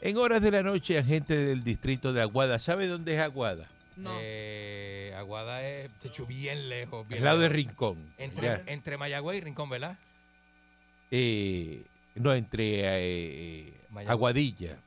En horas de la noche, agente del distrito de Aguada. ¿Sabe dónde es Aguada? No. Eh, Aguada es de hecho, bien lejos. Bien Al lado de lejos. Rincón. Entre, Ya. entre Mayagüez y Rincón, ¿verdad? Eh, no, entre eh, eh, Mayagüez. Aguadilla.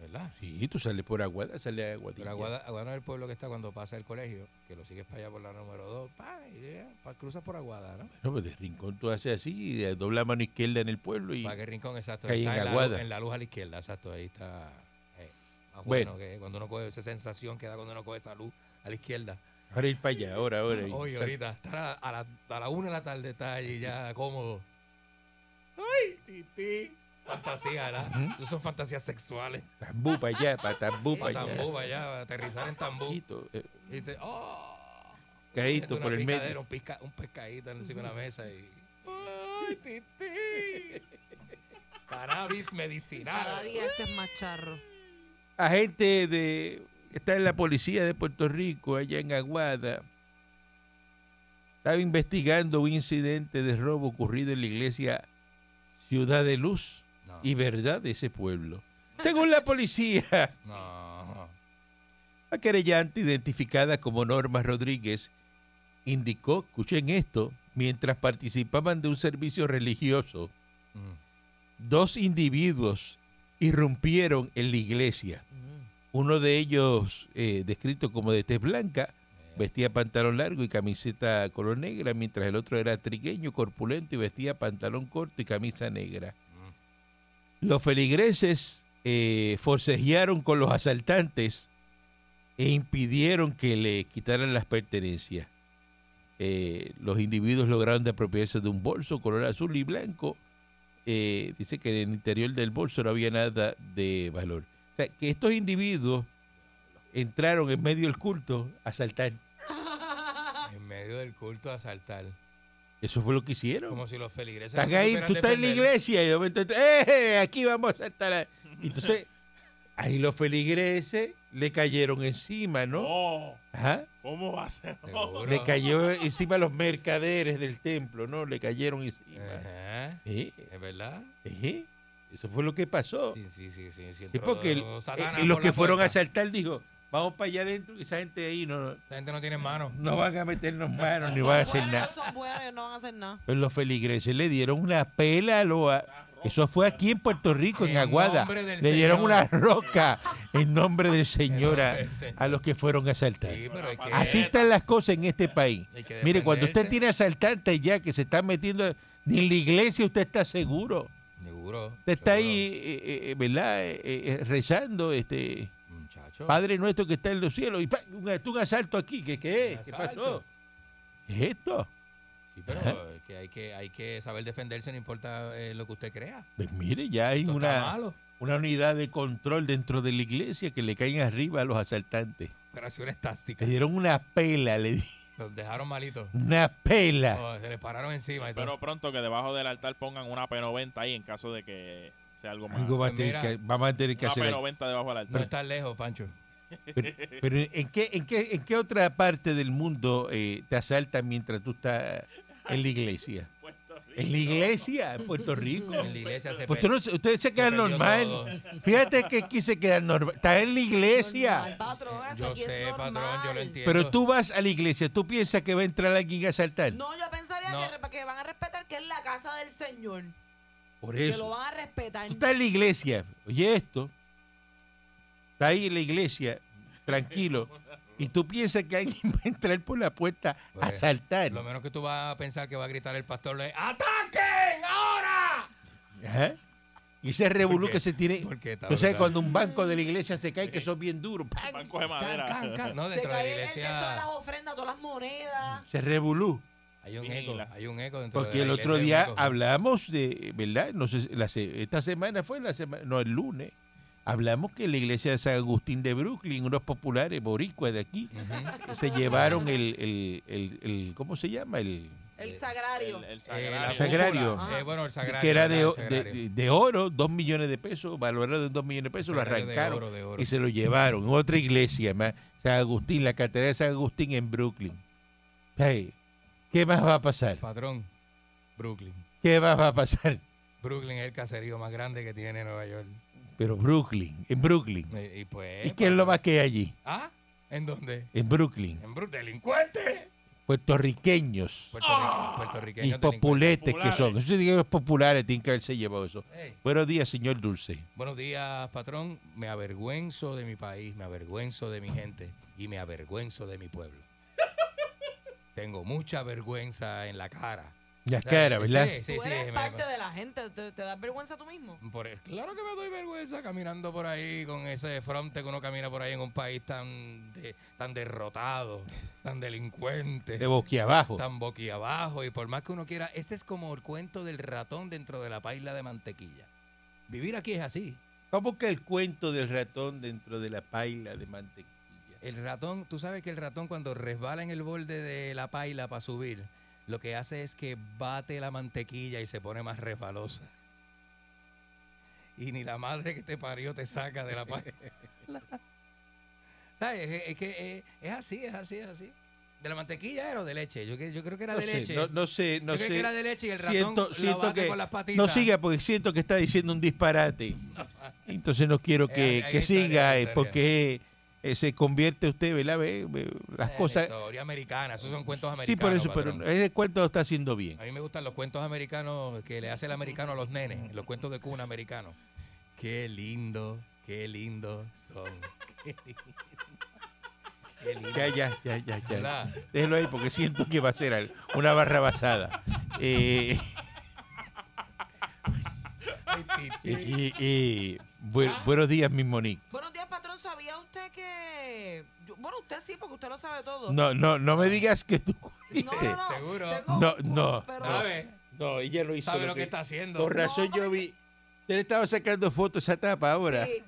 ¿Verdad? Sí, tú sales por Aguada, sales a Aguadilla. Pero Aguada, Aguada no es el pueblo que está cuando pasa el colegio, que lo sigues para allá por la número 2. Pa, y llega, pa- cruzas por Aguada, ¿no? No, pues de Rincón tú haces así, y dobla mano izquierda en el pueblo y... Para que Rincón, exacto. Calle en está en, la, Aguada. luz- en la luz a la izquierda, exacto. Ahí está. eh, más Bueno. bueno. que cuando uno coge esa sensación que da cuando uno coge esa luz a la izquierda. Ahora ir para allá, ahora, ahora. Hoy, ahorita, estar a, a la, a la una de la tarde, está allí ya cómodo. ¡Ay, tití! Fantasía, ¿verdad? Eso son fantasías sexuales. Tambú para allá, para Tambú para allá. Tambú, allá, aterrizar en tambú. Quito, eh, Y te, ¡oh! Caíto Una por el picadera, medio. Un, pesca- un pescadito encima de una mesa y... ¡Ay, tití! Cannabis Cada medicinal. día este es más charro. Agente de. Está en la policía de Puerto Rico, allá en Aguada. Estaba investigando un incidente de robo ocurrido en la iglesia Ciudad de Luz No, y Verdad de ese pueblo. Según la policía, no. La querellante, identificada como Norma Rodríguez, indicó, escuchen esto, mientras participaban de un servicio religioso, Mm. dos individuos irrumpieron en la iglesia. Uno de ellos, eh, descrito como de tez blanca, vestía pantalón largo y camiseta color negra, mientras el otro era trigueño, corpulento y vestía pantalón corto y camisa negra. Los feligreses eh, forcejearon con los asaltantes e impidieron que le quitaran las pertenencias. Eh, los individuos lograron de apropiarse de un bolso color azul y blanco. Eh, dice que en el interior del bolso no había nada de valor. O sea, que estos individuos entraron en medio del culto a asaltar. En medio del culto a saltar. Eso fue lo que hicieron. Como si los feligreses... Estás no ahí, supieran tú estás en la defender. iglesia y de momento, ¡eh! Aquí vamos a saltar. a-". Entonces, ahí los feligreses le cayeron encima, ¿no? Oh. No, Ajá. ¿cómo va a ser? Seguro. Le cayó encima a los mercaderes del templo, ¿no? Le cayeron encima. Ajá. Eh, ¿Es verdad? eh, Eso fue lo que pasó. Sí, sí, sí. sí, sí Sí, entró porque el- Satanás eh, los por que la fueron a puerta. asaltar dijo, vamos para allá adentro, esa gente ahí no, La gente no tiene manos. no van a meternos manos ni van a hacer Bueno, nada. ellos son buenos, ellos no van a hacer nada. Pero los feligreses le dieron una pela a los... Eso fue aquí en Puerto Rico, en, En Aguada. nombre Le del dieron Señor. una roca en nombre del Señor a, del Señor. a los que fueron a asaltar. Sí, pero hay que, Así están las cosas en este país. hay que Mire, cuando usted defenderse. tiene asaltantes ya que se están metiendo ni en la iglesia, usted está seguro. Seguro. Usted está seguro. ahí, eh, eh, ¿verdad? Eh, eh, rezando, este Muchacho. Padre nuestro que está en los cielos. Y pa, un, un asalto aquí, ¿qué, qué es? Un ¿Qué asalto. pasó? ¿Qué es esto? Sí, pero es que hay, que hay que saber defenderse, no importa eh, lo que usted crea. Pues mire, ya hay Esto está una, malo. una unidad de control dentro de la iglesia que le caen arriba a los asaltantes. Operaciones Le tácticas. dieron una pela, le di Los dejaron malitos. una pela. Oh, se le pararon encima y Pero todo. pronto que debajo del altar pongan una P90 ahí en caso de que sea algo más. Algo va a tener pues Mira, que, vamos a tener que una hacer. algo. P90 debajo del No altar. estás lejos, Pancho. Pero, pero ¿en, qué, en, qué, ¿en qué otra parte del mundo eh, te asaltan mientras tú estás en la iglesia? Puerto Rico. En la iglesia, en Puerto Rico. En la iglesia se Pues tú pe- no se- ustedes se se quedan perdió normal. todo. Fíjate que aquí se quedan normal. Está en la Normal, iglesia. patrón, eso Yo aquí es sé, patrón, yo normal. lo entiendo. Pero tú vas a la iglesia, tú piensas que va a entrar alguien a asaltar. No, yo pensaría No. que, re- que van a respetar que es la casa del Señor. Por Que lo eso. van a respetar. Tú estás en la iglesia, oye esto. Está ahí en la iglesia, tranquilo. Y tú piensas que alguien va a entrar por la puerta a Pues, asaltar. Lo menos que tú vas a pensar que va a gritar el pastor es ¡Ataquen ahora! Ajá. Y ese revolú Porque- que se tiene. porque está o sea, brutal. cuando un banco de la iglesia se cae, que son bien duros. ¡pam! Banco de madera. Can, can, can. No, Se dentro de la cae el- el de todas las iglesia ofrendas, todas las monedas. Se revolú. hay un Bien, eco, la- hay un eco dentro Porque de el la otro iglesia, hay día un eco. hablamos de, ¿verdad? No sé, si la se- esta semana fue la semana, no, el lunes. Hablamos que la iglesia de San Agustín de Brooklyn, unos populares boricuas de aquí, Ujú. se llevaron el, el, el, el- ¿cómo se llama? El El sagrario. El, el Eh, sagrario. la sagrario. cúpula. Eh, bueno, el sagrario. que era de, ¿verdad? o- El sagrario. de- de oro, dos millones de pesos, valorado en dos millones de pesos, lo Sagrario de arrancaron oro, de oro. y se lo llevaron. Otra iglesia más, San Agustín, la catedral de San Agustín en Brooklyn. Ay, ¿Qué más va a pasar? Patrón, Brooklyn. ¿Qué más va a pasar? Brooklyn es el caserío más grande que tiene Nueva York. Pero Brooklyn, en Brooklyn. Y, y pues. ¿Y qué es lo más que hay allí? ¿Ah? ¿En dónde? En Brooklyn. En Brooklyn. ¡Delincuente! ¡Ah! Puertorriqueños Puerto, y puertorriqueño. populetes que Populares. son. Esos dineros populares tienen que haberse llevado eso. Hey. Buenos días, señor Dulce. Buenos días, patrón. Me avergüenzo de mi país, me avergüenzo de mi gente y me avergüenzo de mi pueblo. Tengo mucha vergüenza en la cara. La ¿Sabes? cara, ¿verdad? Sí, sí, Tú sí. eres me- parte de la gente. ¿Te, te das vergüenza tú mismo? por- e, claro que me doy vergüenza caminando por ahí con ese fronte que uno camina por ahí en un país tan, de- tan derrotado, tan delincuente. De boquiabajo. tan boquiabajo y por más que uno quiera, este es como el cuento del ratón dentro de la paila de mantequilla. Vivir aquí es así. ¿Cómo que el cuento del ratón dentro de la paila de mantequilla? El ratón, tú sabes que el ratón cuando resbala en el borde de la paila para subir, lo que hace es que bate la mantequilla y se pone más resbalosa. Y ni la madre que te parió te saca de la paila. ¿Sabes? Es, es que eh, es así, es así, es así. ¿De la mantequilla era o de leche? Yo, que- yo creo que era No de sé, leche. no, no sé, no yo creo que sé. era de leche y el ratón Siento, la siento bate que con las patitas. no siga porque siento que está diciendo un disparate. Entonces no quiero Hay- que, hay que historia, siga hay eh, historia. porque eh, se convierte usted, ¿verdad? Ve, ve, Las Eh, cosas. Historia americana, esos son cuentos Sí, por americanos. eso, pero patrón. ese cuento lo está haciendo bien. A mí me gustan los cuentos americanos que le hace el americano a los nenes, los cuentos de cuna americanos. Qué lindo, qué lindo son. Qué lindo. Qué lindo. Ya, ya, ya, ya, ya. ¿Verdad? Déjelo ahí porque siento que va a ser al- una barra basada. Eh, Ay, tití. eh, eh, bu- Ah. buenos días, mi Monique. Buenos días, patrón. ¿Sabía usted que.? yo- bueno, usted sí, porque usted lo sabe todo. No, no, no me digas que tú. no, no, no, Seguro. tengo- No, no, pero- ¿Sabe? No, ella lo hizo. ¿Sabe lo que está haciendo? Con razón No, yo vi. Usted le estaba sacando fotos a esa tapa ahora Sí,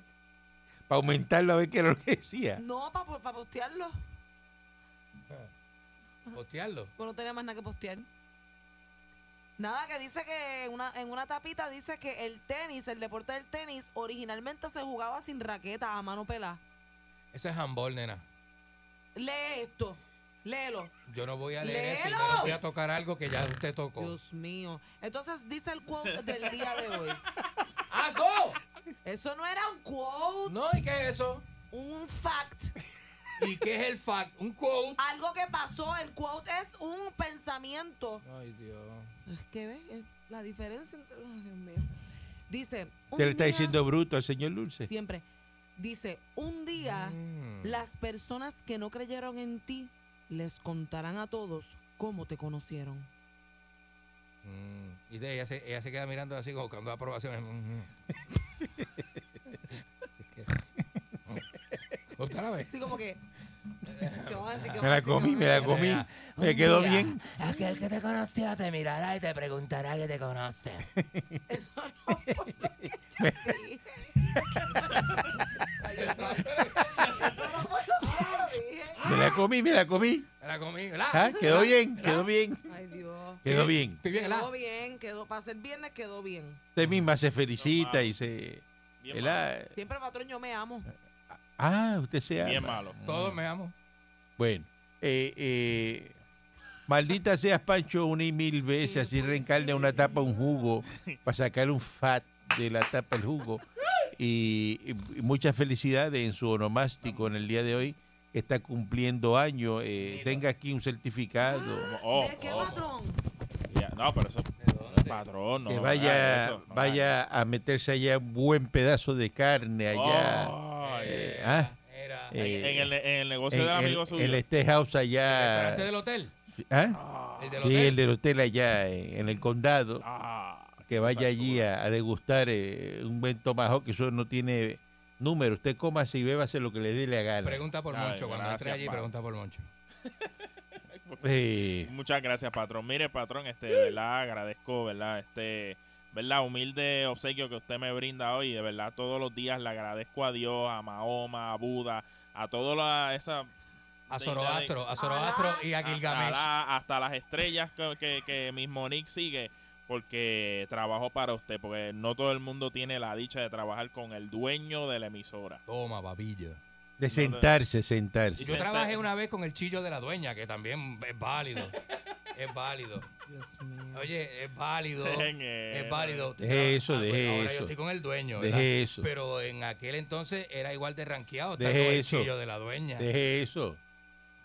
para aumentarlo a ver qué era lo que decía. no, para postearlo. Postearlo. Pues no tenía más nada que postear. Nada, que dice que en una, en una tapita dice que el tenis, el deporte del tenis, originalmente se jugaba sin raqueta, a mano pelada. Eso es handball, nena. Lee esto, léelo. Yo no voy a leer eso. ¡Léelo! Yo no voy a tocar algo que ya usted Oh. tocó. Dios mío. Entonces dice el quote del día de hoy. ¡Ah, no! Eso no era un quote, No, ¿y qué es eso? un fact. ¿Y qué es el fact? Un quote. Algo que pasó, el quote es un pensamiento. Ay, Dios. Es que ve eh, la diferencia entre... Ay, Dios mío. Dice... un Usted le está día- diciendo bruto al señor Dulce. Siempre. Dice, un día... Mm. Las personas que no creyeron en ti les contarán a todos cómo te conocieron. Mm. Y de- ella se, ella se queda mirando así, como buscando aprobaciones. Mm. Otra mm. la vez. Así como que. te van a decir que Me van a la decir que comí, van a me la decir. comí. Me quedó bien. Aquel que te conoció te mirará y te preguntará que te conoce. Eso no fue lo que yo dije. Ay, Dios mío. Eso no fue lo que yo dije. Me la comí, me la comí. Era conmigo. ¿verdad? Ah, Quedó bien, quedó bien, Ay, Dios. quedó bien. Estoy bien, ¿verdad? Quedó bien, quedó. Para ser viernes quedó bien. Usted misma se felicita y se. Bien malo. ¿verdad? Siempre, patrón, yo me amo. Ah, usted se Bien ama. malo. Todos me amo. Bueno, eh, eh, maldita seas, Pancho, una y mil veces. Así reencarna una tapa, un jugo, para sacar un fat de la tapa, el jugo. Y, y muchas felicidades en su onomástico en el día de hoy. que Está cumpliendo años. eh, tenga aquí un certificado. Oh, ¿De qué, oh, patrón? ya. No, pero eso. Patrón, no. que no haga vaya, eso, no vaya a meterse allá un buen pedazo de carne allá. haga- Ay, eh, ah, Era. eh, Oh, en, el, en el negocio del en amigo el, suyo. el este house ¿El allá. restaurante del hotel? ¿Ah? El del Sí, hotel. el del hotel allá eh, en el condado. Ah, que vaya Exacto. allí a, a degustar eh, un buen tomahawk, que eso no tiene número. Usted cómase y bébase lo que le dé la gana. Pregunta por Ay, Moncho. Cuando entré gracias, allí, pa. pregunta por Moncho. Eh, Muchas gracias, patrón. Mire, patrón, este, de verdad, agradezco, ¿verdad? Este, ¿verdad? Humilde obsequio que usted me brinda hoy. De verdad, todos los días le agradezco a Dios, a Mahoma, a Buda, a toda esa... A deidades- Zoroastro, a Zoroastro y a Gilgamesh. Alá, hasta las estrellas que, que, que mismo Nick sigue, porque trabajo para usted, porque no todo el mundo tiene la dicha de trabajar con el dueño de la emisora. Toma, papilla. de sentarse, Y sentarse. yo trabajé una vez con el chillo de la dueña, que también es válido. es válido. Dios mío. Oye, es válido. Dejen es eso. válido. Deje eh, eso, Ah, bueno, deje ahora eso. yo estoy con el dueño. Deje ¿verdad? eso. Pero en aquel entonces era igual de ranqueado. estar Deje con el eso. chillo de la dueña. Deje eso.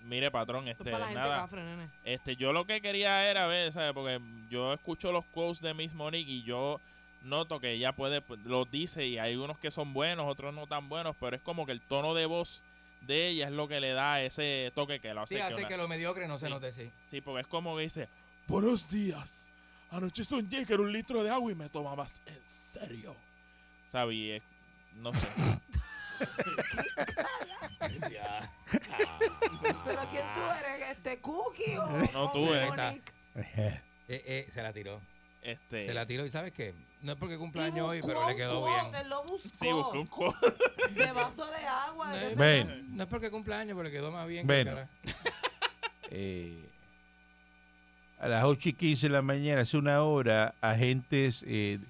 Mire, patrón, Esto este, es para la gente nada. cafre, nene. Este, yo lo que quería era ver, ¿sabes? Porque yo escucho los quotes de Miss Monique y yo noto que ella puede, pues, los dice y hay unos que son buenos, otros no tan buenos, pero es como que el tono de voz de ella es lo que le da ese toque que lo hace. Sí, hace una- que lo mediocre no se Sí. note, sí. Sí, porque es como que dice, Buenos días. Anoche soñé que era un litro de agua y me tomabas en serio. ¿sabes? Y es- no sé. Pero ¿quién tú eres? ¿Este Cookie o.? No, o tú eres. Monique? Eh, eh, se la tiró. Este, Se la tiró y ¿sabes qué? No es porque Y cumpleaños hoy, buscó pero le un quedó quote, bien. él lo buscó. sí, busqué un quote. De vaso de agua. de ese- Ven, No es porque cumpleaños, pero le quedó más bien. que Bueno. cara. eh, a las 8 y 15 de la mañana, hace una hora, agentes eh,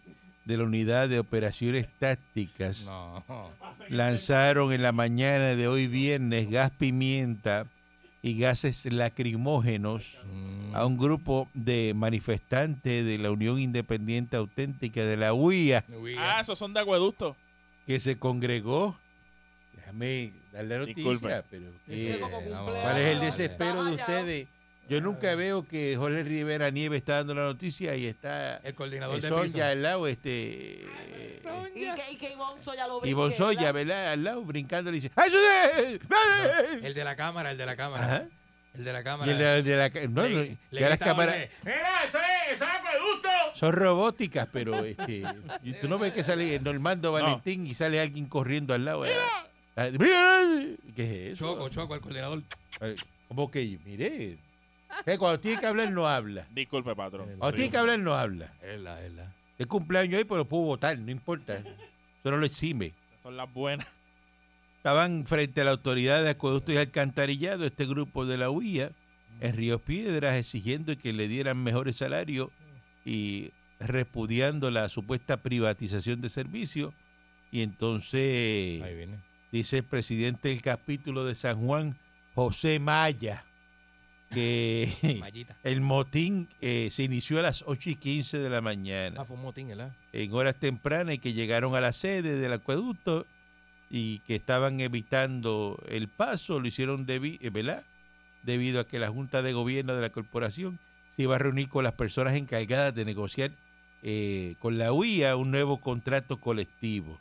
de la unidad de operaciones tácticas No. Ah. lanzaron en la mañana de hoy viernes gas pimienta y gases lacrimógenos Mm. a un grupo de manifestantes de la Unión Independiente Auténtica de la UIA Uy, Ah, esos son de acueducto. que se congregó. Déjame dar la noticia, Disculpe. pero Dice eh, como Ah, vamos, cumpleaños. ¿cuál es el Vale. desespero de Está callado. ustedes? Yo Ah. nunca veo que Jorge Rivera Nieves está dando la noticia y está El coordinador de piso. Soya al lado, este Y que, y que Ivonne Soya lo y brinque. Bonsoya, ¿verdad? ¿verdad? Al lado brincando le dice, ¡Ayúdame! ¡Ayúdame! El de la cámara, el de la cámara. Ajá. El de la Y cámara. el de la- el de la ca- no, no, Le- le ya las grita, cámaras "Oye, son robóticas, pero este, y tú no ves que sale Normando Valentín y sale alguien corriendo al lado. Ah, mira, ¿Qué es eso? Choco, choco, el coordinador. Ay, Como que, mire, Eh, cuando tiene que hablar no habla. Disculpe, patrón. Oh, Cuando tiene que hablar no habla. Es la, es la. Es cumpleaños hoy, pero puedo votar, no importa. Eso no lo exime. Son las buenas. Estaban frente a la autoridad de acueducto y alcantarillado, este grupo de la UIA, en Ríos Piedras, exigiendo que le dieran mejores salarios y repudiando la supuesta privatización de servicios. Y Ahí entonces, viene. dice el presidente del capítulo de San Juan, José Maya, que Mallita. el motín eh, se inició a las 8 y 15 de la mañana Ah, fue un motín, ¿verdad? en horas tempranas y que llegaron a la sede del acueducto y que estaban evitando el paso, lo hicieron debi- eh, ¿verdad? debido a que la Junta de Gobierno de la Corporación se iba a reunir con las personas encargadas de negociar eh, con la UIA un nuevo contrato colectivo.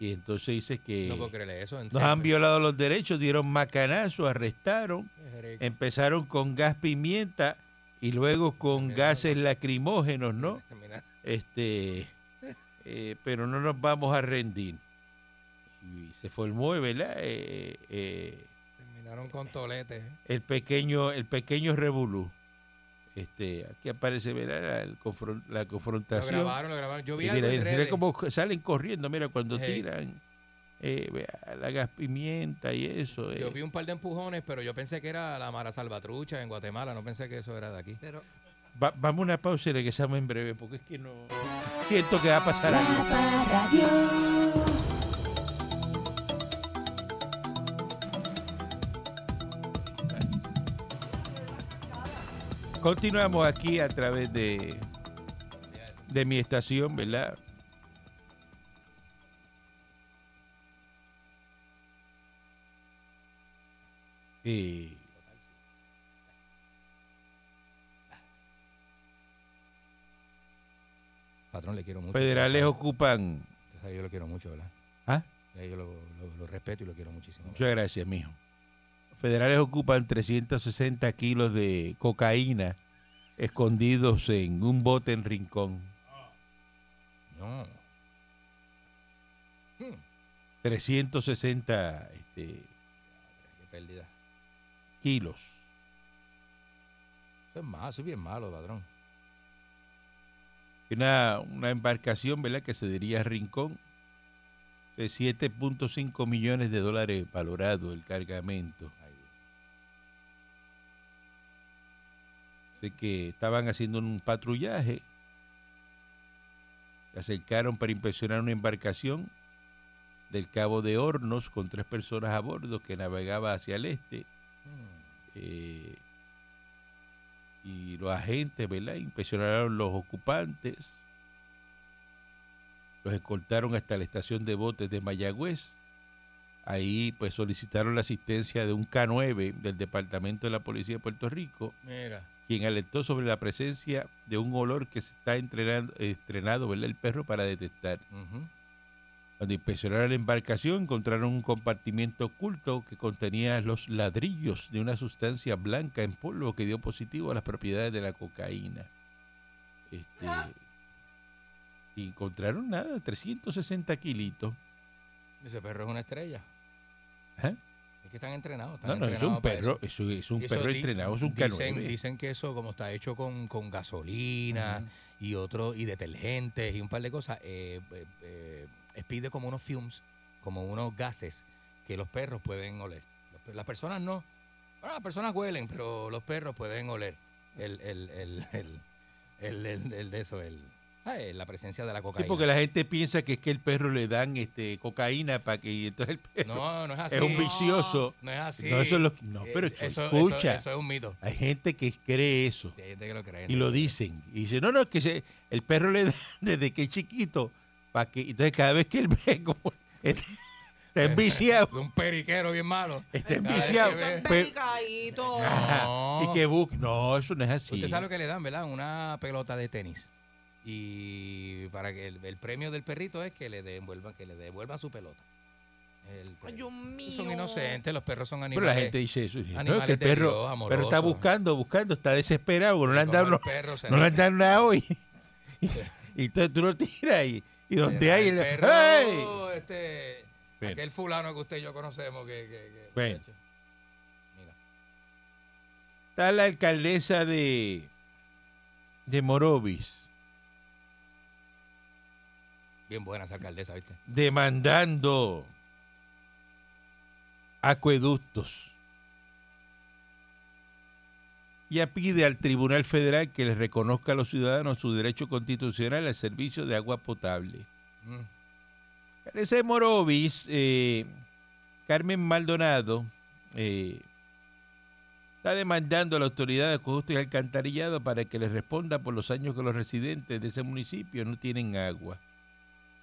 Y entonces dice que No puedo creerle eso. en nos serio. han violado los derechos, dieron macanazos, arrestaron, Es rico. empezaron con gas pimienta y luego con Ok. gases lacrimógenos, ¿no? Mira, este eh, pero no nos vamos a rendir y se formó ¿verdad? Eh, eh, terminaron con toletes. el pequeño el pequeño revolú este aquí aparece ¿verdad? La, confron- la Lo confrontación grabaron, lo grabaron. Yo vi Y algo mira, en mira redes. cómo salen corriendo mira cuando Hey. tiran eh, vea, la gas pimienta y eso eh. Yo vi un par de empujones, pero yo pensé que era la Mara Salvatrucha en Guatemala. No pensé que eso era de aquí. Pero, Va- vamos a una pausa y regresamos en breve porque es que no siento que va a pasar algo La Radio. Continuamos aquí a través de, de mi estación, ¿verdad? Y Patrón, le quiero mucho. federales Usted ocupan. sabe, Yo lo quiero mucho, ¿verdad? ¿Ah? Eh, Yo lo, lo- lo respeto y lo quiero muchísimo. Muchas gracias, mijo. Federales ocupan 360 kilos de cocaína escondidos en un bote en rincón. No. 360 este, Qué pérdida. kilos. Eso es malo, eso es bien malo, padrón. Una, una embarcación, ¿verdad?, que se diría a Rincón. De 7.5 millones de dólares valorado el cargamento. Ay, Dios. de que estaban haciendo un patrullaje, se acercaron para inspeccionar una embarcación del Cabo de Hornos con tres personas a bordo que navegaba hacia el este. Eh, y los agentes, ¿verdad? Inspeccionaron los ocupantes, los escoltaron hasta la estación de botes de Mayagüez. Ahí pues solicitaron la asistencia de un K9 del Departamento de la Policía de Puerto Rico Mira. quien alertó sobre la presencia de un olor que se está entrenando, estrenado ¿verdad? el perro para detectar. Ujú. Cuando inspeccionaron la embarcación, encontraron un compartimiento oculto que contenía los ladrillos de una sustancia blanca en polvo que dio positivo a las propiedades de la cocaína. Este, y encontraron nada, 360 kilitos. Ese perro es una estrella. ¿Eh? Es que están entrenados. Están No, no, es entrenados un para eso. perro, es un, es un Eso perro di- entrenado, es un dicen, canoe. dicen que eso, como está hecho con, con gasolina y otro, y detergentes y un par de cosas, eh, eh, eh, expide como unos fumes, como unos gases que los perros pueden oler. Los per- Las personas no. Bueno, las personas huelen, pero los perros pueden oler el, el, el, el, el- el- el de eso, el, ay, la presencia de la Sí, cocaína. porque la gente piensa que es que el perro le dan este cocaína para que y entonces el perro No, no es así. es un vicioso. No es así. No, eso es lo- no, Eh, pero eso- eso- escucha. Eso, es un mito. Hay gente que cree eso Sí, hay gente que lo cree. y lo dicen. Y dice, no, no, es que se- el perro le da desde que es chiquito. Para que, entonces cada vez que él ve como este, está enviciado, De un periquero bien malo. está Cada vez enviciado. que ve- Están Pe- pelicaditos. Ajá. No. Y que busca. No, eso no es así. Usted sabe lo que le dan, ¿verdad? Una pelota de tenis. Y para que el, el premio del perrito es que le devuelvan, que le devuelvan su pelota. El Ay, premio. Dios mío. son inocentes, los perros son Pero animales. la gente dice eso. Y, No, es animales que el de Dios, perro, pero está amorosos. buscando, buscando, está desesperado. No le han Como dado el los- perro se no le enoja. han dado nada hoy. Y, y entonces tú lo tiras y, y donde Será hay. el le- perro, ¡Hey! este, Ven. aquel fulano que usted y yo conocemos que, que- que- Ven. muchacho. Mira. está la alcaldesa de, de Morovis Bien buena esa alcaldesa, ¿viste? demandando acueductos. Ya pide al Tribunal Federal que les reconozca a los ciudadanos su derecho constitucional al servicio de agua potable. Mm. Carece de Morovis, eh, Carmen Maldonado eh, está demandando a la autoridad de Acueductos y Alcantarillado para que les responda por los años que los residentes de ese municipio no tienen agua.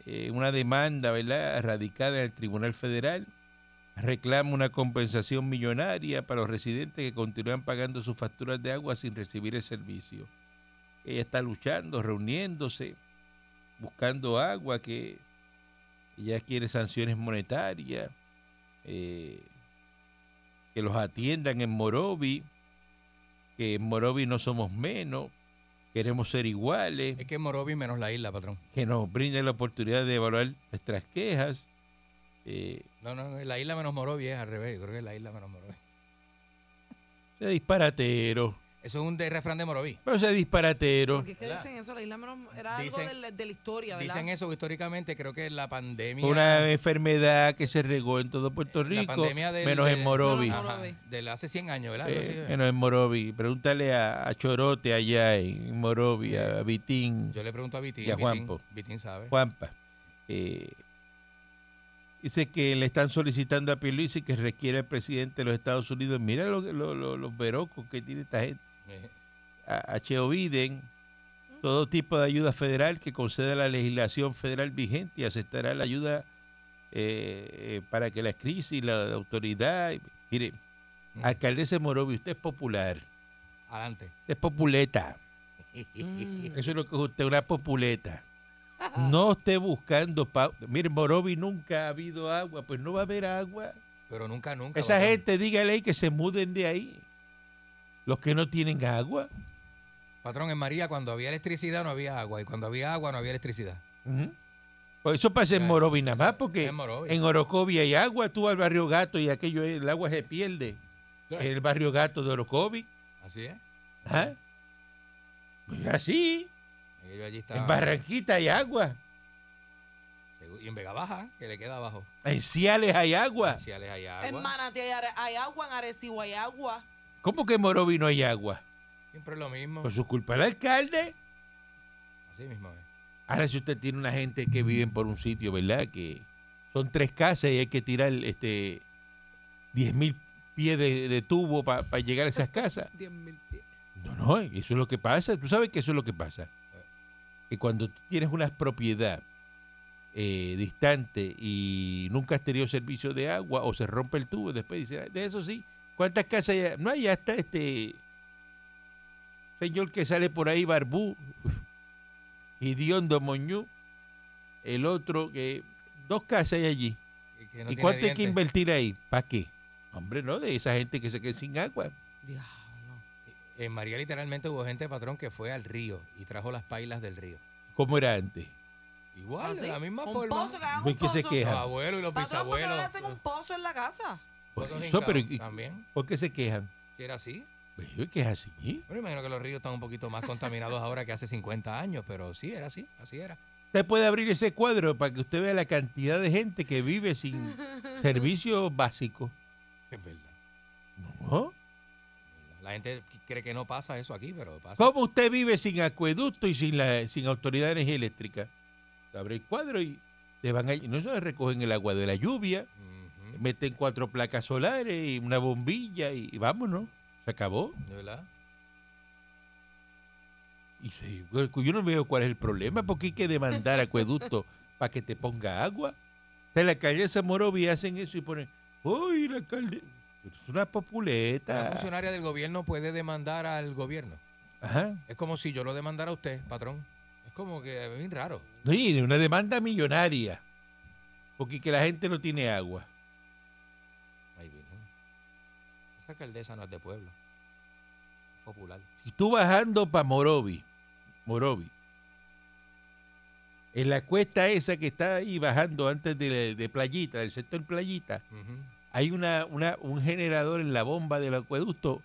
Eh, una demanda, ¿verdad?, radicada en el Tribunal Federal reclama una compensación millonaria para los residentes que continúan pagando sus facturas de agua sin recibir el servicio. Ella está luchando, reuniéndose, buscando agua que ella quiere sanciones monetarias, eh, que los atiendan en Morovi, que en Morovi no somos menos, queremos ser iguales, Es que Morovis menos la isla, patrón. que nos brinden la oportunidad de evaluar nuestras quejas. eh, No, no, no, la isla menos Morovis es al revés. Yo creo que es la isla menos Morovis. sea disparatero, Eso es un de refrán de Morovis. pero sea disparatero. Porque es que ¿Verdad? dicen eso, la isla menos era algo Dicen- de, la- de la historia, ¿verdad? Dicen eso que históricamente, creo que la pandemia. Fue Una enfermedad que se regó en todo Puerto la Rico, pandemia del- menos en del- Morovi. Ajá. Ajá, del hace 100 años, ¿verdad? Eh, Algo así. menos en Morovi. Pregúntale a, a Chorote allá en Morovi, a Vitín. Yo le pregunto a Vitín. Y a Vitín- Juanpo. Vitín sabe. Juanpa. eh, dice que le están solicitando a Pierluisi que requiere al presidente de los Estados Unidos. Mira lo- lo- lo- los verocos que tiene esta gente. Eh, A, a Cheo Biden, todo tipo de ayuda federal que conceda la legislación federal vigente y aceptará la ayuda eh, eh, para que la crisis, la, la autoridad. Mire, Mm. alcaldesa de Morovi, usted es popular, usted Adelante. es populeta. Mm. Eso es lo que es usted, una populeta. No esté buscando pauta. Mire, en Morovi nunca ha habido agua, pues no va a haber agua. Pero nunca, nunca. Esa patrón. gente, dígale ahí que se muden de ahí. Los que no tienen agua. Patrón, en María, cuando había electricidad no había agua. Y cuando había agua no había electricidad. Ujú. Pues Eso pasa en Ya. Morovi nada más, porque En Morovi. en Orocovia hay agua, tú al barrio Gato y aquello, el agua se pierde. Claro. El barrio Gato de Orocovia. Así es. Ajá. Pues así, Aquello allí está. en Barranquita hay agua, Y en Vega Baja, que le queda abajo. en Ciales hay agua. Marciales hay En agua. Manatí hay, are- hay agua, en Arecibo hay agua. ¿Cómo que en Morovi no hay agua? Siempre es lo mismo. Por su culpa el alcalde. Así mismo es. Ahora si usted tiene una gente que viven por un sitio, ¿verdad? Que son tres casas y hay que tirar este 10 mil pies de, de tubo para llegar a esas casas. 10 mil pies. No, no, eso es lo que pasa. Tú sabes que eso es lo que pasa. Que cuando tú tienes una propiedad eh, distante y nunca has tenido servicio de agua o se rompe el tubo, después dicen, "Ah, de eso sí, ¿cuántas casas hay? No, ya está este señor que sale por ahí, Barbú, Idiondo Moñú, el otro, que dos casas hay allí. Y, que no ¿Y tiene cuánto hay que dientes. invertir ahí? ¿Para qué? Hombre, no, de esa gente que se quede sin agua. Diablo. En Eh, María literalmente hubo gente, patrón, que fue al río y trajo las pailas del río. ¿Cómo era antes? Igual, Así, de la misma Ah, un forma. Pozo, que hagan ¿Por un qué se pozo. queja? Los abuelos y los Patrón, ¿por qué no le bisabuelos. hacen un pozo en la casa? Por pozos eso, pero hincados ¿y- También, ¿Por qué se quejan? que era así. Pues yo que es así. ¿eh? Bueno, imagino que los ríos están un poquito más contaminados ahora que hace 50 años, pero sí, era así, así era. Usted puede abrir ese cuadro para que usted vea la cantidad de gente que vive sin servicio básico. Es verdad. ¿No? La gente cree que no pasa eso aquí, pero pasa. ¿Cómo usted vive sin acueducto y sin la sin autoridad de energía eléctrica? Abre el cuadro y le van a, no solo recogen el agua de la lluvia, Ujú, meten cuatro placas solares y una bombilla y, y vámonos. Se acabó. ¿De verdad? Ah. Y se- yo no veo cuál es el problema, porque hay que demandar acueducto para que te ponga agua. En la calle de Morovi hacen eso y ponen, uy, la alcalde, Pues, es una Una populeta. funcionaria del gobierno puede demandar al gobierno. Ajá. Es como si yo lo demandara a usted, patrón. Es como que es bien raro. Oye, una demanda millonaria, porque que la gente no tiene agua. Ay, Virgen. Esa alcaldesa no es de pueblo. Popular. Si tú bajando para Morovi, Morovi, en la cuesta esa que está ahí bajando antes de, de Playita, del sector Playita, Ujú, hay una, una, un generador en la bomba del acueducto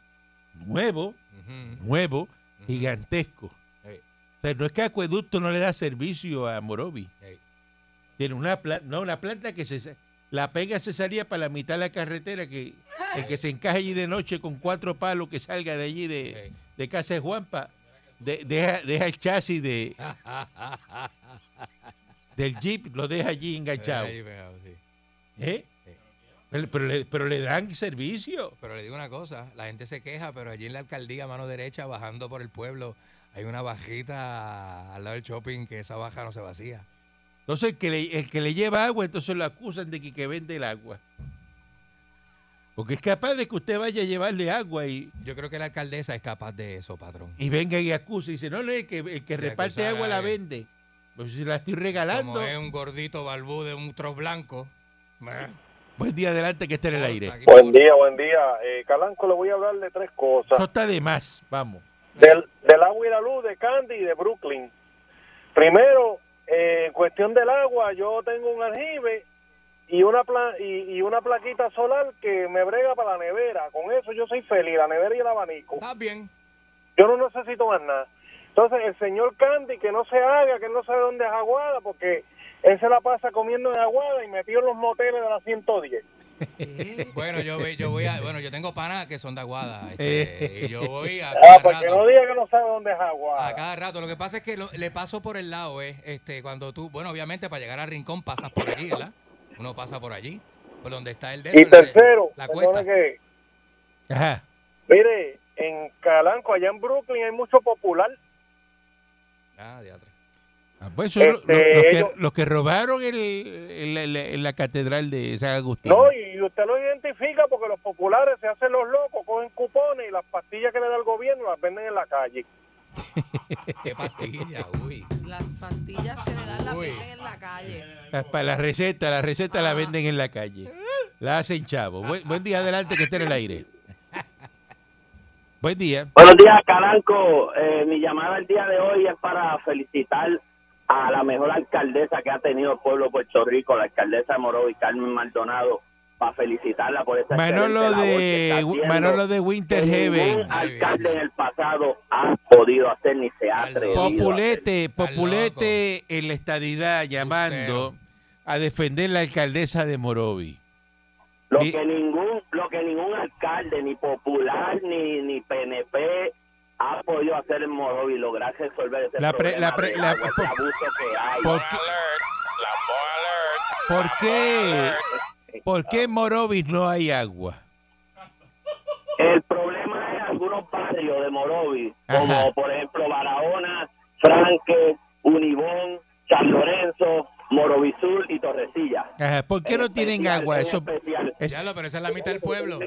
nuevo, ujú, nuevo, ujú. gigantesco. Ey, O sea, no es que Acueducto no le da servicio a Morovi. ey. Tiene una planta, no, una planta que se sa- la pega se salía para la mitad de la carretera que el que se encaja allí de noche con cuatro palos que salga de allí de, Ey. de casa de Juanpa, de- deja, deja el chasis de del jeep, lo deja allí enganchado. Ahí pegado, sí. ¿Eh? Pero, pero le, pero le dan servicio. Pero le digo una cosa, la gente se queja, pero allí en la alcaldía, mano derecha, bajando por el pueblo, hay una bajita al lado del shopping que esa baja no se vacía. Entonces el que le, el que le lleva agua, entonces lo acusan de que, que vende el agua. Porque es capaz de que usted vaya a llevarle agua y, Yo creo que la alcaldesa es capaz de eso, patrón. y venga y acusa y dice, no, no, el que, el que Y reparte acusar a agua la alguien. vende. Pues si la estoy Como regalando, es un gordito balbú de un troz blanco. meh, buen día adelante que esté en el aire. aquí- Buen día, buen día. Eh, Calanco, le voy a hablar de tres No cosas. está de más, vamos. Del, del agua y la luz, de Candy y de Brooklyn. Primero, eh, en cuestión del agua, yo tengo un aljibe y una, pla- y, y una plaquita solar que me brega para la nevera. Con eso yo soy feliz, la nevera y el abanico. Está bien. Yo no necesito más nada. Entonces, el señor Candy, que no se haga, que él no sabe dónde es Aguada, porque él se la pasa comiendo en Aguada y metido en los moteles de la 110. ¿Qué? Bueno, yo, voy- yo voy a, bueno, yo tengo panas que son de Aguada. Eh. este, y yo voy a Ah, cada pues, para que rato. no diga que no sabe dónde es Aguada. A cada rato. Lo que pasa es que lo- le paso por el lado, eh, este, cuando tú, bueno, obviamente para llegar al rincón pasas por allí, ¿verdad? Uno pasa por allí, por donde está el de Y eso, el de- tercero, la perdone cuesta. que- Ajá. mire, en Calanco, allá en Brooklyn, hay mucho popular. Ah, diatre. Ah, pues son lo- Este, lo- los, que, ellos- los que robaron el, el- el- el- la catedral de San Agustín. No, y usted lo identifica porque los populares se hacen los locos, cogen cupones y las pastillas que le da el gobierno las venden en la calle. Qué pastilla, uy. Las pastillas que le dan la Uy. venden en la calle. Ah, Para la receta, la receta la venden en la calle. La hacen chavo. Buen, buen día adelante que esté en el aire. Buen día. Buenos días, Caranco. Eh, mi llamada el día de hoy es para felicitar a la mejor alcaldesa que ha tenido el pueblo de Puerto Rico, la alcaldesa de Morovis, Carmen Maldonado, para felicitarla por esa Manolo excelente labor que está de, haciendo, Manolo de Winter que Heaven. ningún alcalde en el pasado ha podido hacer ni se ha Al atrevido. a hacer. Populete, Está Populete en la estadidad llamando Ustero. a defender la alcaldesa de Morovi. Lo Y- que ningún, lo que ningún alcalde, ni popular, ni, ni PNP ha podido hacer en Morovis, lograr resolver ese La pre- problema la pre- de la- agua, ese abuso que hay. ¿Por qué? ¿Por qué? ¿Por qué en Morovis no hay agua? El problema es algunos barrios de Morovis, Ajá. como por ejemplo Barahona, Franque, Unibón, San Lorenzo, Morovisur y Torrecilla. Ajá, ¿Por qué no En tienen especial, agua? en Eso eh. especial. es- Ya lo, pero esa es la mitad del pueblo.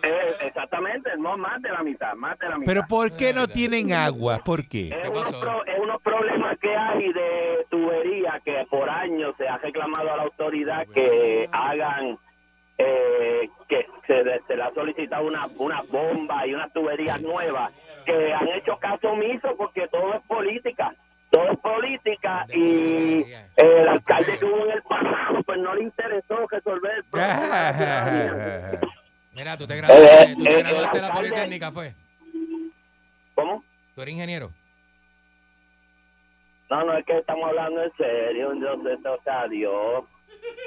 Eh, exactamente, no más de la mitad, más de la mitad. pero ¿por qué no tienen agua? ¿Por qué? es, ¿Qué unos pasó? pro- es unos problemas que hay de tubería que por años se ha reclamado a la autoridad que hagan, eh, que se, le- se le ha solicitado una, una bomba y unas tuberías nuevas, que han hecho caso omiso porque todo es política, todo es política y eh, el alcalde que hubo en el pasado pues no le interesó resolver el problema. de la ciudadanía. Ajá. Mira, tú te graduaste, tú eh, te el graduaste de la alcalde- Politécnica, fue. ¿Cómo? Tú eres ingeniero. No, no, es que estamos hablando en serio, entonces, o sea, Dios.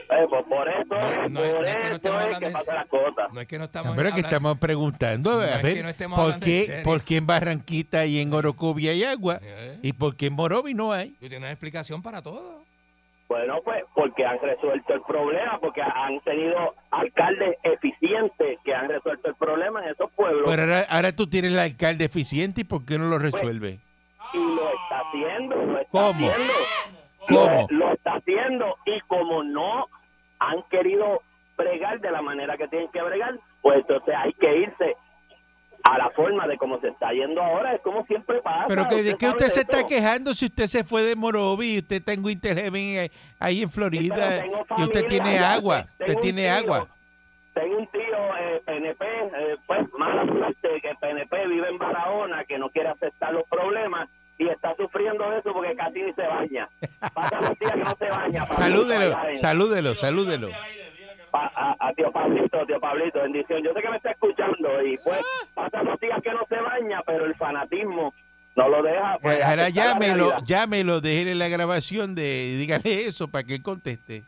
Eh, pues por eso, No, no, por no es que no eso estemos es hablando que en pasa serio. la cosa. No es que no estamos. Pero es que hablando- estamos preguntando, No a es que no ver, estemos ¿por hablando en qué, serio. por qué en Barranquita y en Orocovia hay agua? Eh, ¿Y por qué en Morovis no hay? Tú tienes una explicación para todo. Bueno, pues porque han resuelto el problema, porque han tenido alcaldes eficientes que han resuelto el problema en esos pueblos Pero ahora, ahora tú tienes el alcalde eficiente y ¿por qué no lo resuelve? y lo está haciendo, lo está ¿Cómo? haciendo. ¿Cómo? Pues, Lo, lo está haciendo y como no han querido bregar de la manera que tienen que bregar, pues entonces hay que irse a la forma de cómo se está yendo ahora, es como siempre pasa. Pero que, ¿de qué sabe usted se está eso. quejando si usted se fue de Morovis y usted está en Winter Heaven ahí- ahí en Florida Pero tengo y usted familia tiene allá, agua? tengo Usted un tiene tío, agua. Tengo un tío eh, PNP, eh, pues mala suerte, que PNP vive en Barahona, que no quiere aceptar los problemas y está sufriendo de eso porque casi ni se baña. Pasa los días que no se baña. Pablo, Salúdelo, allá en- salúdelo, salúdelo. pa- a, a tío Pablito, tío Pablito, bendición. Yo sé que me está escuchando y pues pasa los días que no se baña, pero el fanatismo no lo deja. Pues, Ahora aceptar la llámelo, realidad. llámelo, déjele la grabación de dígale eso para que él conteste.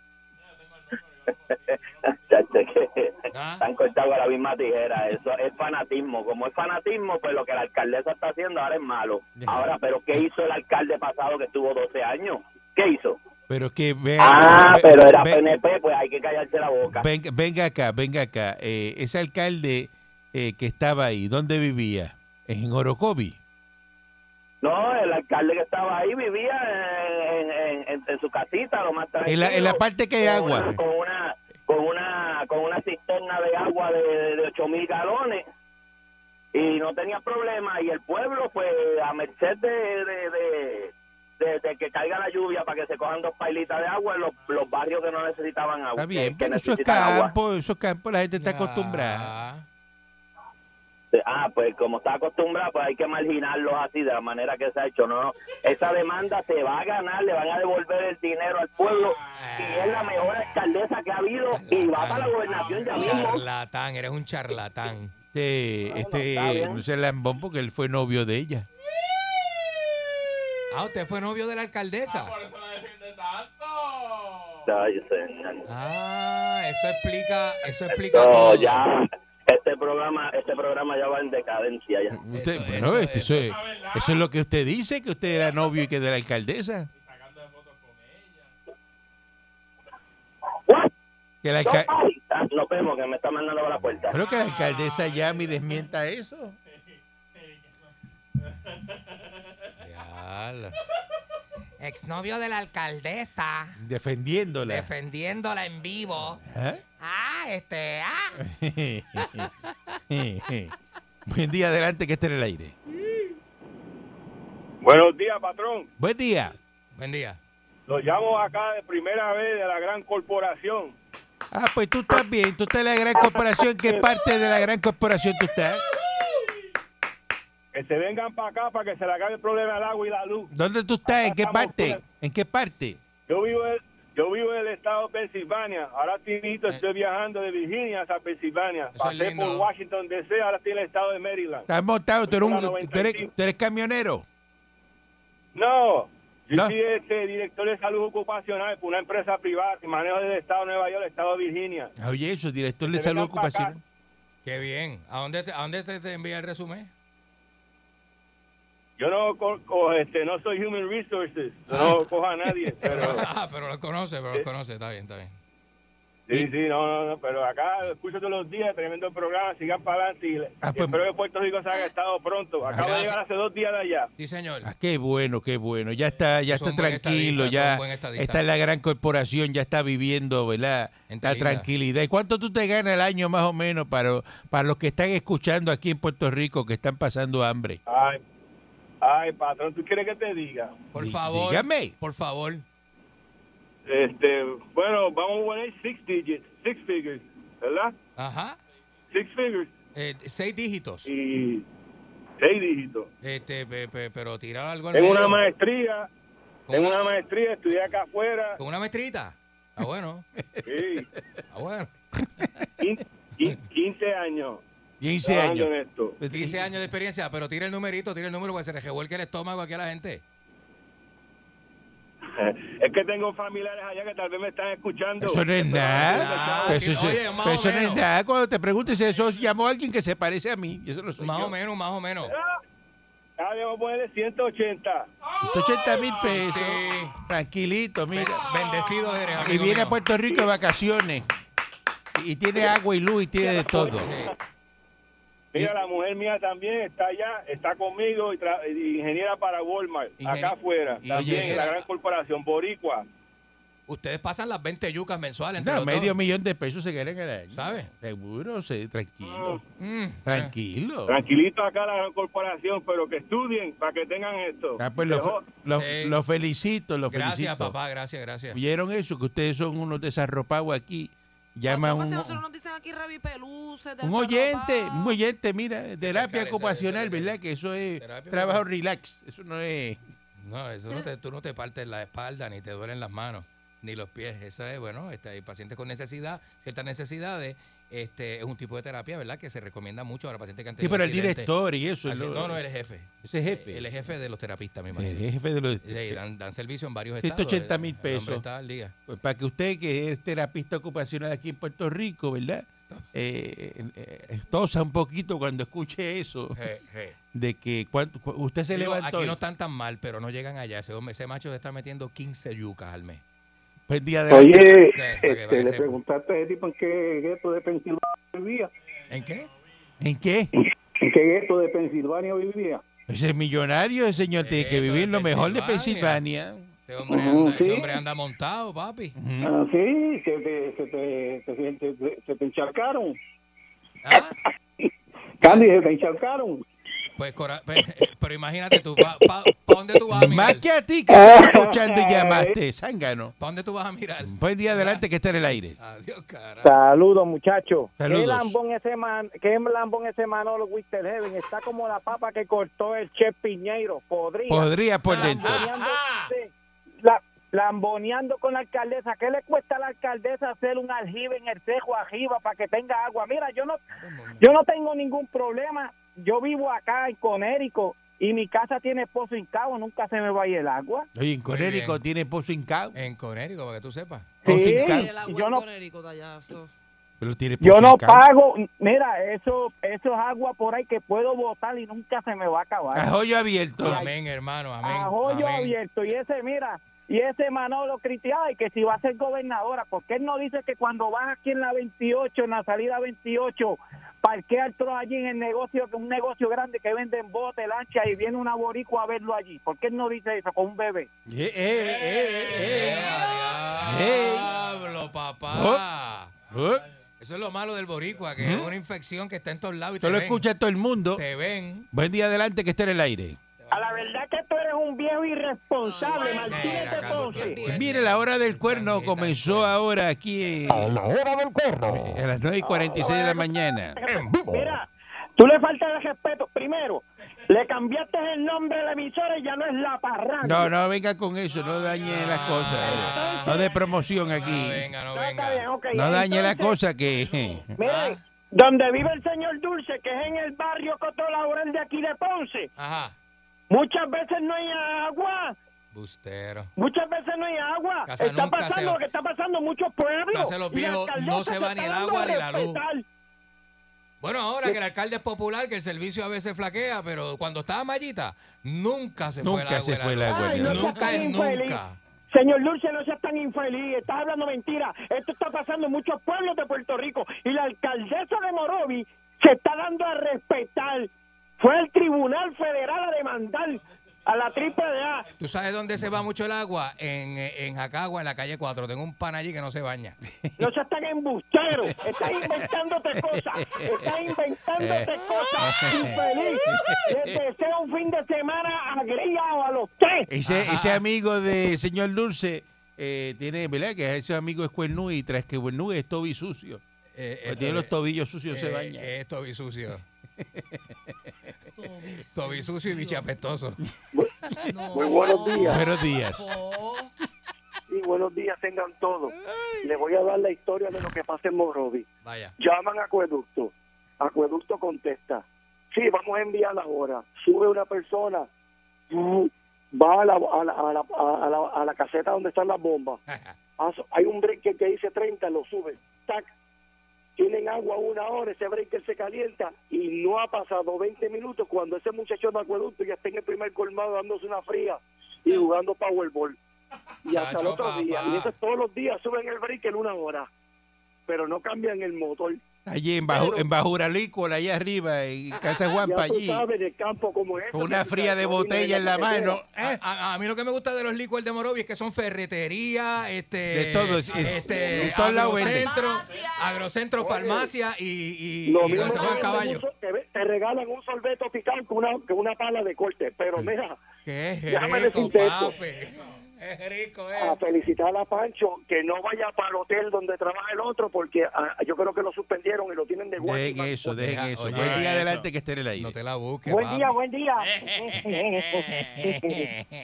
Chacho, que- Ah. Están cortados con la misma tijera, eso es fanatismo. Como es fanatismo, pues lo que la alcaldesa está haciendo ahora es malo. Ahora, pero ¿qué hizo el alcalde pasado que estuvo 12 años? ¿Qué hizo? Pero que vea. Ah, ve- pero era ve- PNP, pues hay que callarse la boca. Venga, venga acá, venga acá. Eh, ese alcalde eh, que estaba ahí, ¿dónde vivía? En Orocovi. No, el alcalde que estaba ahí vivía en, en- en- en su casita, lo más En la, en la parte que hay con agua. una- Con una, con una, con una cisterna de agua de, de 8 mil galones y no tenía problema. Y el pueblo, pues, a merced de, de, de- de- de que caiga la lluvia para que se cojan dos pailitas de agua en los, los barrios que no necesitaban agua. Está bien, que pero esos necesitan agua. campos, esos campos la gente está acostumbrada. Ah, Ah, pues como está acostumbrado, pues hay que marginarlos así, de la manera que se ha hecho. No, no, esa demanda se va a ganar, le van a devolver el dinero al pueblo. Y es la mejor alcaldesa que ha habido y va para la gobernación ya mismo. Charlatán, eres un charlatán. Este, está este, bien. no sé, lambón, porque él fue novio de ella. Ah, usted fue novio de la alcaldesa. Ay, señor. Ah, eso explica, eso explica No, todo. ya. Este programa, este programa ya va en decadencia ya. Usted, Eso- bueno, eso- este, eso, eso- es, eso es lo que usted dice, que usted era novio y que de la alcaldesa. What? Que la, No, alca- ay, ah, Nos vemos, que me está mandando para la puerta. Creo que la alcaldesa llame y desmienta eso. Diablo. Exnovio de la alcaldesa, Defendiéndola. defendiéndola en vivo. Ajá. Ah, este, ah. Buen día, adelante, que esté en el aire. Buenos días, patrón. Buen día. Buen día. Los llamo acá de primera vez de la gran corporación. Ah, pues tú estás bien. Tú estás en la gran corporación. ¿Qué parte de la gran corporación tú estás? Que se vengan para acá para que se le acabe el problema del agua y la luz. ¿Dónde tú estás? ¿En qué Estamos parte? fuera. ¿En qué parte? Yo vivo en, yo vivo en el estado de Pensilvania. Ahora tinito, estoy viajando de Virginia hasta Pensilvania. Eh. Eso es Pasé lindo. por Washington DC, ahora estoy en el estado de Maryland. ¿Estás montado? ¿Tú eres, un- Hola, 95. tú eres- tú eres camionero? No, yo No. soy este, director de salud ocupacional por una empresa privada que manejo desde el estado de Nueva York, el estado de Virginia. Oye, eso, director de Que salud vengan pa' acá. ocupacional. Qué bien. ¿A dónde te, a dónde te, te envía el resumen? Yo no, co- co- este, no soy Human Resources, Ah. no cojo a nadie, pero... Ah, pero lo conoce, pero lo conoce. Está bien, está bien. Sí, sí, no, no, no, pero acá lo escucho todos los días, tremendo programa, sigan para adelante y, Ah, y pues- espero que Puerto Rico se haga estado pronto. Acabo de Gracias. llegar hace dos días de allá. Sí, señor. Ah, qué bueno, qué bueno. Ya está, ya Es está un buen tranquilo, estadista, es ya un buen estadista. está en la gran corporación, ya está viviendo, ¿verdad? Gente la linda. tranquilidad. ¿Y cuánto tú te ganas al año más o menos para, para los que están escuchando aquí en Puerto Rico que están pasando hambre? Ay, ay, patrón, ¿tú quieres que te diga? Por Di- favor. dígame. Por favor. Este, bueno, vamos a poner six digits, six figures, ¿verdad? Ajá. Six figures Eh, seis dígitos. y seis dígitos. Este, pe- pe- pero tirar algo al Tengo medio. una maestría, Con tengo una- una maestría, estudié acá afuera. Con una maestrita. Ah, bueno. Sí, Ah, bueno. quin- quin- 15 años 15 trabajando años. en esto. 15 años de experiencia, pero tira el numerito, tira el número para que se le revuelque el estómago aquí a la gente. Es que tengo familiares allá que tal vez me están escuchando. Eso no es nada. Ah, Eso, es- oye, más pero eso o no es menos. nada. Cuando te preguntes eso, llamó a alguien que se parece a mí. y Eso no soy Más yo. o menos, más o menos. Ah, debemos ponerle 180. 180 mil pesos. Sí. Tranquilito, mira. Bendecido eres, Y amigo viene a mío. Puerto Rico de vacaciones. Y y tiene agua y luz y tiene de todo. Sí. Mira, la mujer mía también está allá, está conmigo, y tra- y ingeniera para Walmart, Ingeni- acá afuera, y también en ingeniera- la gran corporación Boricua. Ustedes pasan las 20 yucas mensuales. entre No, los dos. medio millón de pesos se ganan al año. ¿Sabe? Seguro, sí, tranquilo. Mm. Tranquilo. Tranquilito acá la gran corporación, pero que estudien para que tengan esto. Ah, pues lo, Mejor. lo- Sí. lo felicito, lo Gracias, felicito. papá, gracias, gracias. ¿Vieron eso? Que ustedes son unos desarropados aquí. Llama a Llama un, Nosotros nos dicen aquí rabipeluces, un oyente, un desarropados. oyente, mira, terapia Ese- ese- ocupacional, ese- ¿verdad? Que eso es Terapia trabajo ocupacional. relax. Eso no es. No, eso no te- tú no te partes la espalda, ni te duelen las manos, ni los pies. Eso es, bueno, este, hay pacientes con necesidad, ciertas necesidades. Este, es un tipo de terapia, ¿verdad? Que se recomienda mucho para pacientes que han Sí, tenido pero el accidentes. director y eso. Así- lo- no, no, él es jefe. Ese es jefe. Él es jefe de los terapistas, me el imagino. jefe de los. Sí, dan, dan servicio en varios 180 estados. mil El hombre pesos. está al día. Pues para que usted, que es terapista ocupacional aquí en Puerto Rico, ¿verdad? Eh, eh, tosa un poquito cuando escuche eso, Je, je. de que cuánto, cu- usted se Eh. Digo, levantó aquí y- no están tan mal, pero no llegan allá. Ese, hombre, ese macho se está metiendo 15 yucas al mes. pues, día de la- Oye, Sí, para que- para que este, le sepa. preguntaste a ese tipo en qué gueto de Pensilvania vivía. ¿En qué? ¿En qué? ¿En qué gueto de Pensilvania vivía? Ese millonario, ese señor, tiene que Eso, vivir Eh, de lo mejor de Pensilvania. Pensilvania. Ese hombre, Ujú, anda, ese sí. hombre anda montado, papi. Ah, sí, se te, se, te, se, te- se- se te encharcaron. Ah, Candy, se te encharcaron. Pues, cora- pe- pero imagínate tú, ¿para dónde tú vas a Más mirar? que a ti que estás escuchando y llamaste, zángano. ¿Para dónde tú vas a mirar? Buen día adelante que está en el aire. Adiós, cara. Saludos, muchachos. Saludos. ¿Qué lambón ese, man, qué lambón ese Manolo Winter Heaven? Está como la papa que cortó el Chef Piñeiro. Podría. Podría por dentro. Lamboneando, sí, la- lamboneando con la alcaldesa. ¿Qué le cuesta a la alcaldesa hacer un aljibe en el cejo arriba para que tenga agua? Mira, yo no, yo no tengo ningún problema. Yo vivo acá en Conérico y mi casa tiene pozo hincado. Nunca se me va a ir el agua. Oye, en Conérico bien. Eh. tiene pozo hincado. En Conérico, para que tú sepas. Pozo Sí. hincado, Y el agua Yo no- en Conérico, tallazo. pero tiene Yo pozo Pues no hincado. pago, mira, eso, eso es agua por ahí que puedo botar y nunca se me va a acabar. A joyo abierto. Amén, hermano, amén. a hoyo amén. abierto. Y ese, mira, y ese Manolo criticaba y que si va a ser gobernadora, porque él no dice que cuando vas aquí en la 28, en la salida 28, parquea el tro allí en el negocio, que es un negocio grande que venden bote, lancha y viene una boricua a verlo allí? ¿Por qué él no dice eso con un bebé? Eh, eh, eh, eh, eh. Ey. Diablo, papá. Oh, Eso es lo malo del boricua, que es una infección que está en todos lados y te Esto lo ven. escucha todo el mundo. Te ven. Buen día adelante que esté en el aire. A la verdad que tú eres un viejo irresponsable, Mira, eh. Carlos, tú- tú- Pues Mire, la hora del cuerno Mira, comenzó mira. ahora aquí eh, a hora del cuerno. las 9 y 46 de la mañana. Mira, tú le faltas el respeto. Primero, Le cambiaste el nombre de la emisora y ya no es La Parranda. No, no venga con eso, no dañe las cosas. No de promoción Ah, aquí. No, está bien, ok. No dañe las Entonces, cosas que... Miren, donde vive el señor Dulce, que es en el barrio Coto Laurel de aquí de Ponce, Ajá. muchas veces no hay agua. Bustero. Muchas veces no hay agua. Casa Ah, está nunca se pasando va. lo que está pasando en muchos pueblos. Casa de los Y la viejos, alcaldesa no se va ni el está dando agua a ni la luz. respetar. Bueno, ahora que el alcalde es popular, que el servicio a veces flaquea, pero cuando estaba Mallita, nunca se fue el Nunca agua. se y la fue el luz. agua y la Ay, no seas Nunca, tan infeliz. nunca. Señor Dulce, no seas tan infeliz, estás hablando mentira. Esto está pasando en muchos pueblos de Puerto Rico y la alcaldesa de Morovi se está dando a respetar. Fue al Tribunal Federal a demandar a la AAA. ¿Tú sabes dónde se va mucho el agua? En, eh, en Jacagua, en la calle 4. Tengo un pan allí que no se baña. No seas tan embustero, estás inventándote cosas, estás inventándote cosas, infeliz. Les deseo un fin de semana agriado a los tres. Ese, ese amigo de señor Dulce eh, tiene, ¿verdad? Que ese amigo es cuernú y tras que cuernú es tobi sucio. Eh, Cuando eh, Pues tiene los eh, tobillos sucios, se eh, baña. Es tobi sucio. Eh, tobi sucio y bichapestoso. Muy buenos días. Buenos días. Y buenos días tengan todos. Les voy a dar la historia de lo que pasa en Morovi. Vaya. Llaman a Acueducto. Acueducto contesta. Sí, vamos a enviar ahora. Sube una persona. mm, Va a la, a la- a la- a la- a la caseta donde están las bombas. Eh. Haz- Hay un breaker que dice 30, lo sube. Tac. Tienen agua una hora, ese breaker se calienta y no ha pasado 20 minutos cuando ese muchacho de acueducto ya está en el primer colmado dándose una fría y jugando Powerball. Y hasta el Chacho, otro día. papá. Y eso es todos los días suben el breaker una hora, pero no cambian el motor. Allí en, Baju, en Bajuralícola, allá arriba, en Casa Juanpa, Ah, Ya tú allí. sabes en el campo como es. Con una fría de botella en la mano. Ah, ¿Eh? A, a- a mí lo que me gusta de los licores de Morovi es que son ferretería, este, De todo, es- es- este, de todos lados venden. agrocentro, agrocentro, farmacia y, y, y donde se juega el caballo. Te, ve- te regalan un sorbeto picante con una, con una pala de corte, pero mira, Qué Déjame rico, decirte esto. papi. Es rico, a Ah, eh. pues, felicitar a Pancho que no vaya para el hotel donde trabaja el otro porque ah, yo creo que lo suspendieron y lo tienen de guardia. Dejen eso, dejen Oye, eso. oye, Buen eso. día adelante que esté en el aire. No te la busques, Buen papi. día, buen día.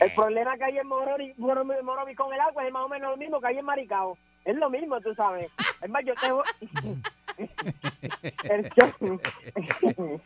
el problema que hay en Morovi, Morovi- Morovi con el agua es más o menos lo mismo que hay en Maricao. Es lo mismo, tú sabes. Es más, yo te voy- El show-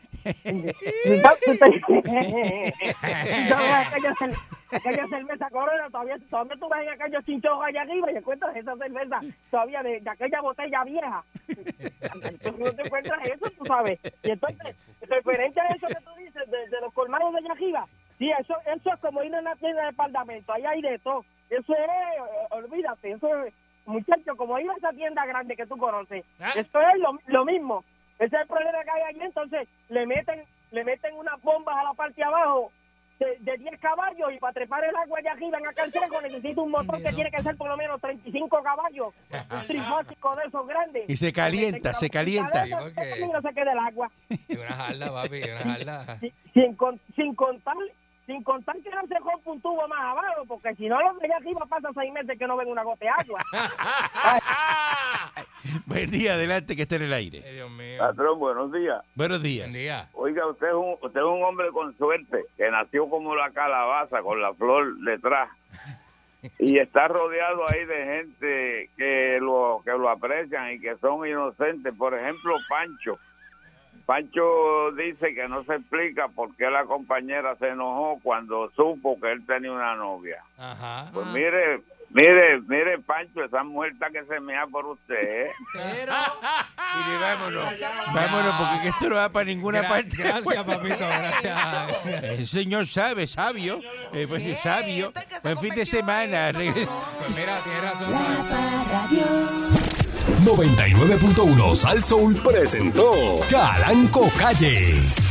Yo veo aquella cel- aquella cerveza corona, todavía, todavía tú ves aquellos chinchos allá arriba y encuentras esa cerveza todavía de, de aquella botella vieja. Entonces no te encuentras eso, tú sabes. Y entonces, referente a eso que tú dices, de, de los colmados de allá arriba, sí, eso, eso es como ir a una tienda de departamento, ahí hay de todo. Eso es, eh, olvídate, eso es, muchacho, como ir a esa tienda grande que tú conoces, eso es lo, lo mismo. Ese es el problema que hay allí, entonces le meten le meten unas bombas a la parte de abajo de de 10 caballos y para trepar el agua allá arriba en aquel cerco necesita un motor que tiene que ser por lo menos 35 caballos, un trifásico de esos grandes. Y se calienta, se calienta. Y cabeza, Sí, porque- y no se queda el agua. Y una jarla, papi, y una jarla. Si- Sin, con- sin contar sin contar que no se rompe un tubo más abajo, porque si no, los de allá arriba pasan seis meses que no ven una gota de agua. Buen día adelante que esté en el aire. Ay, Dios mío. Ah, Patrón, buenos días. Buenos días. Buen día. Oiga, usted es, un, usted es un hombre con suerte, que nació como la calabaza, con la flor detrás. Y está rodeado ahí de gente que lo, que lo aprecian y que son inocentes. Por ejemplo, Pancho. Pancho dice que no se explica por qué la compañera se enojó cuando supo que él tenía una novia. Ajá. Pues mire, mire, mire, Pancho, esa mujer está que se mea por usted. ¿eh? Mire, vámonos. Vámonos, porque que esto no va para ninguna Gra- parte. Gracias, papito, gracias. El señor sabe, sabio. eh, pues, ¿Qué? sabio. Esto es que se Buen ha fin de convertido semana. en esto, Regres- Pues mira, tienes razón. La Parra Dios. 99.1 Sal Soul presentó Calanco Calle.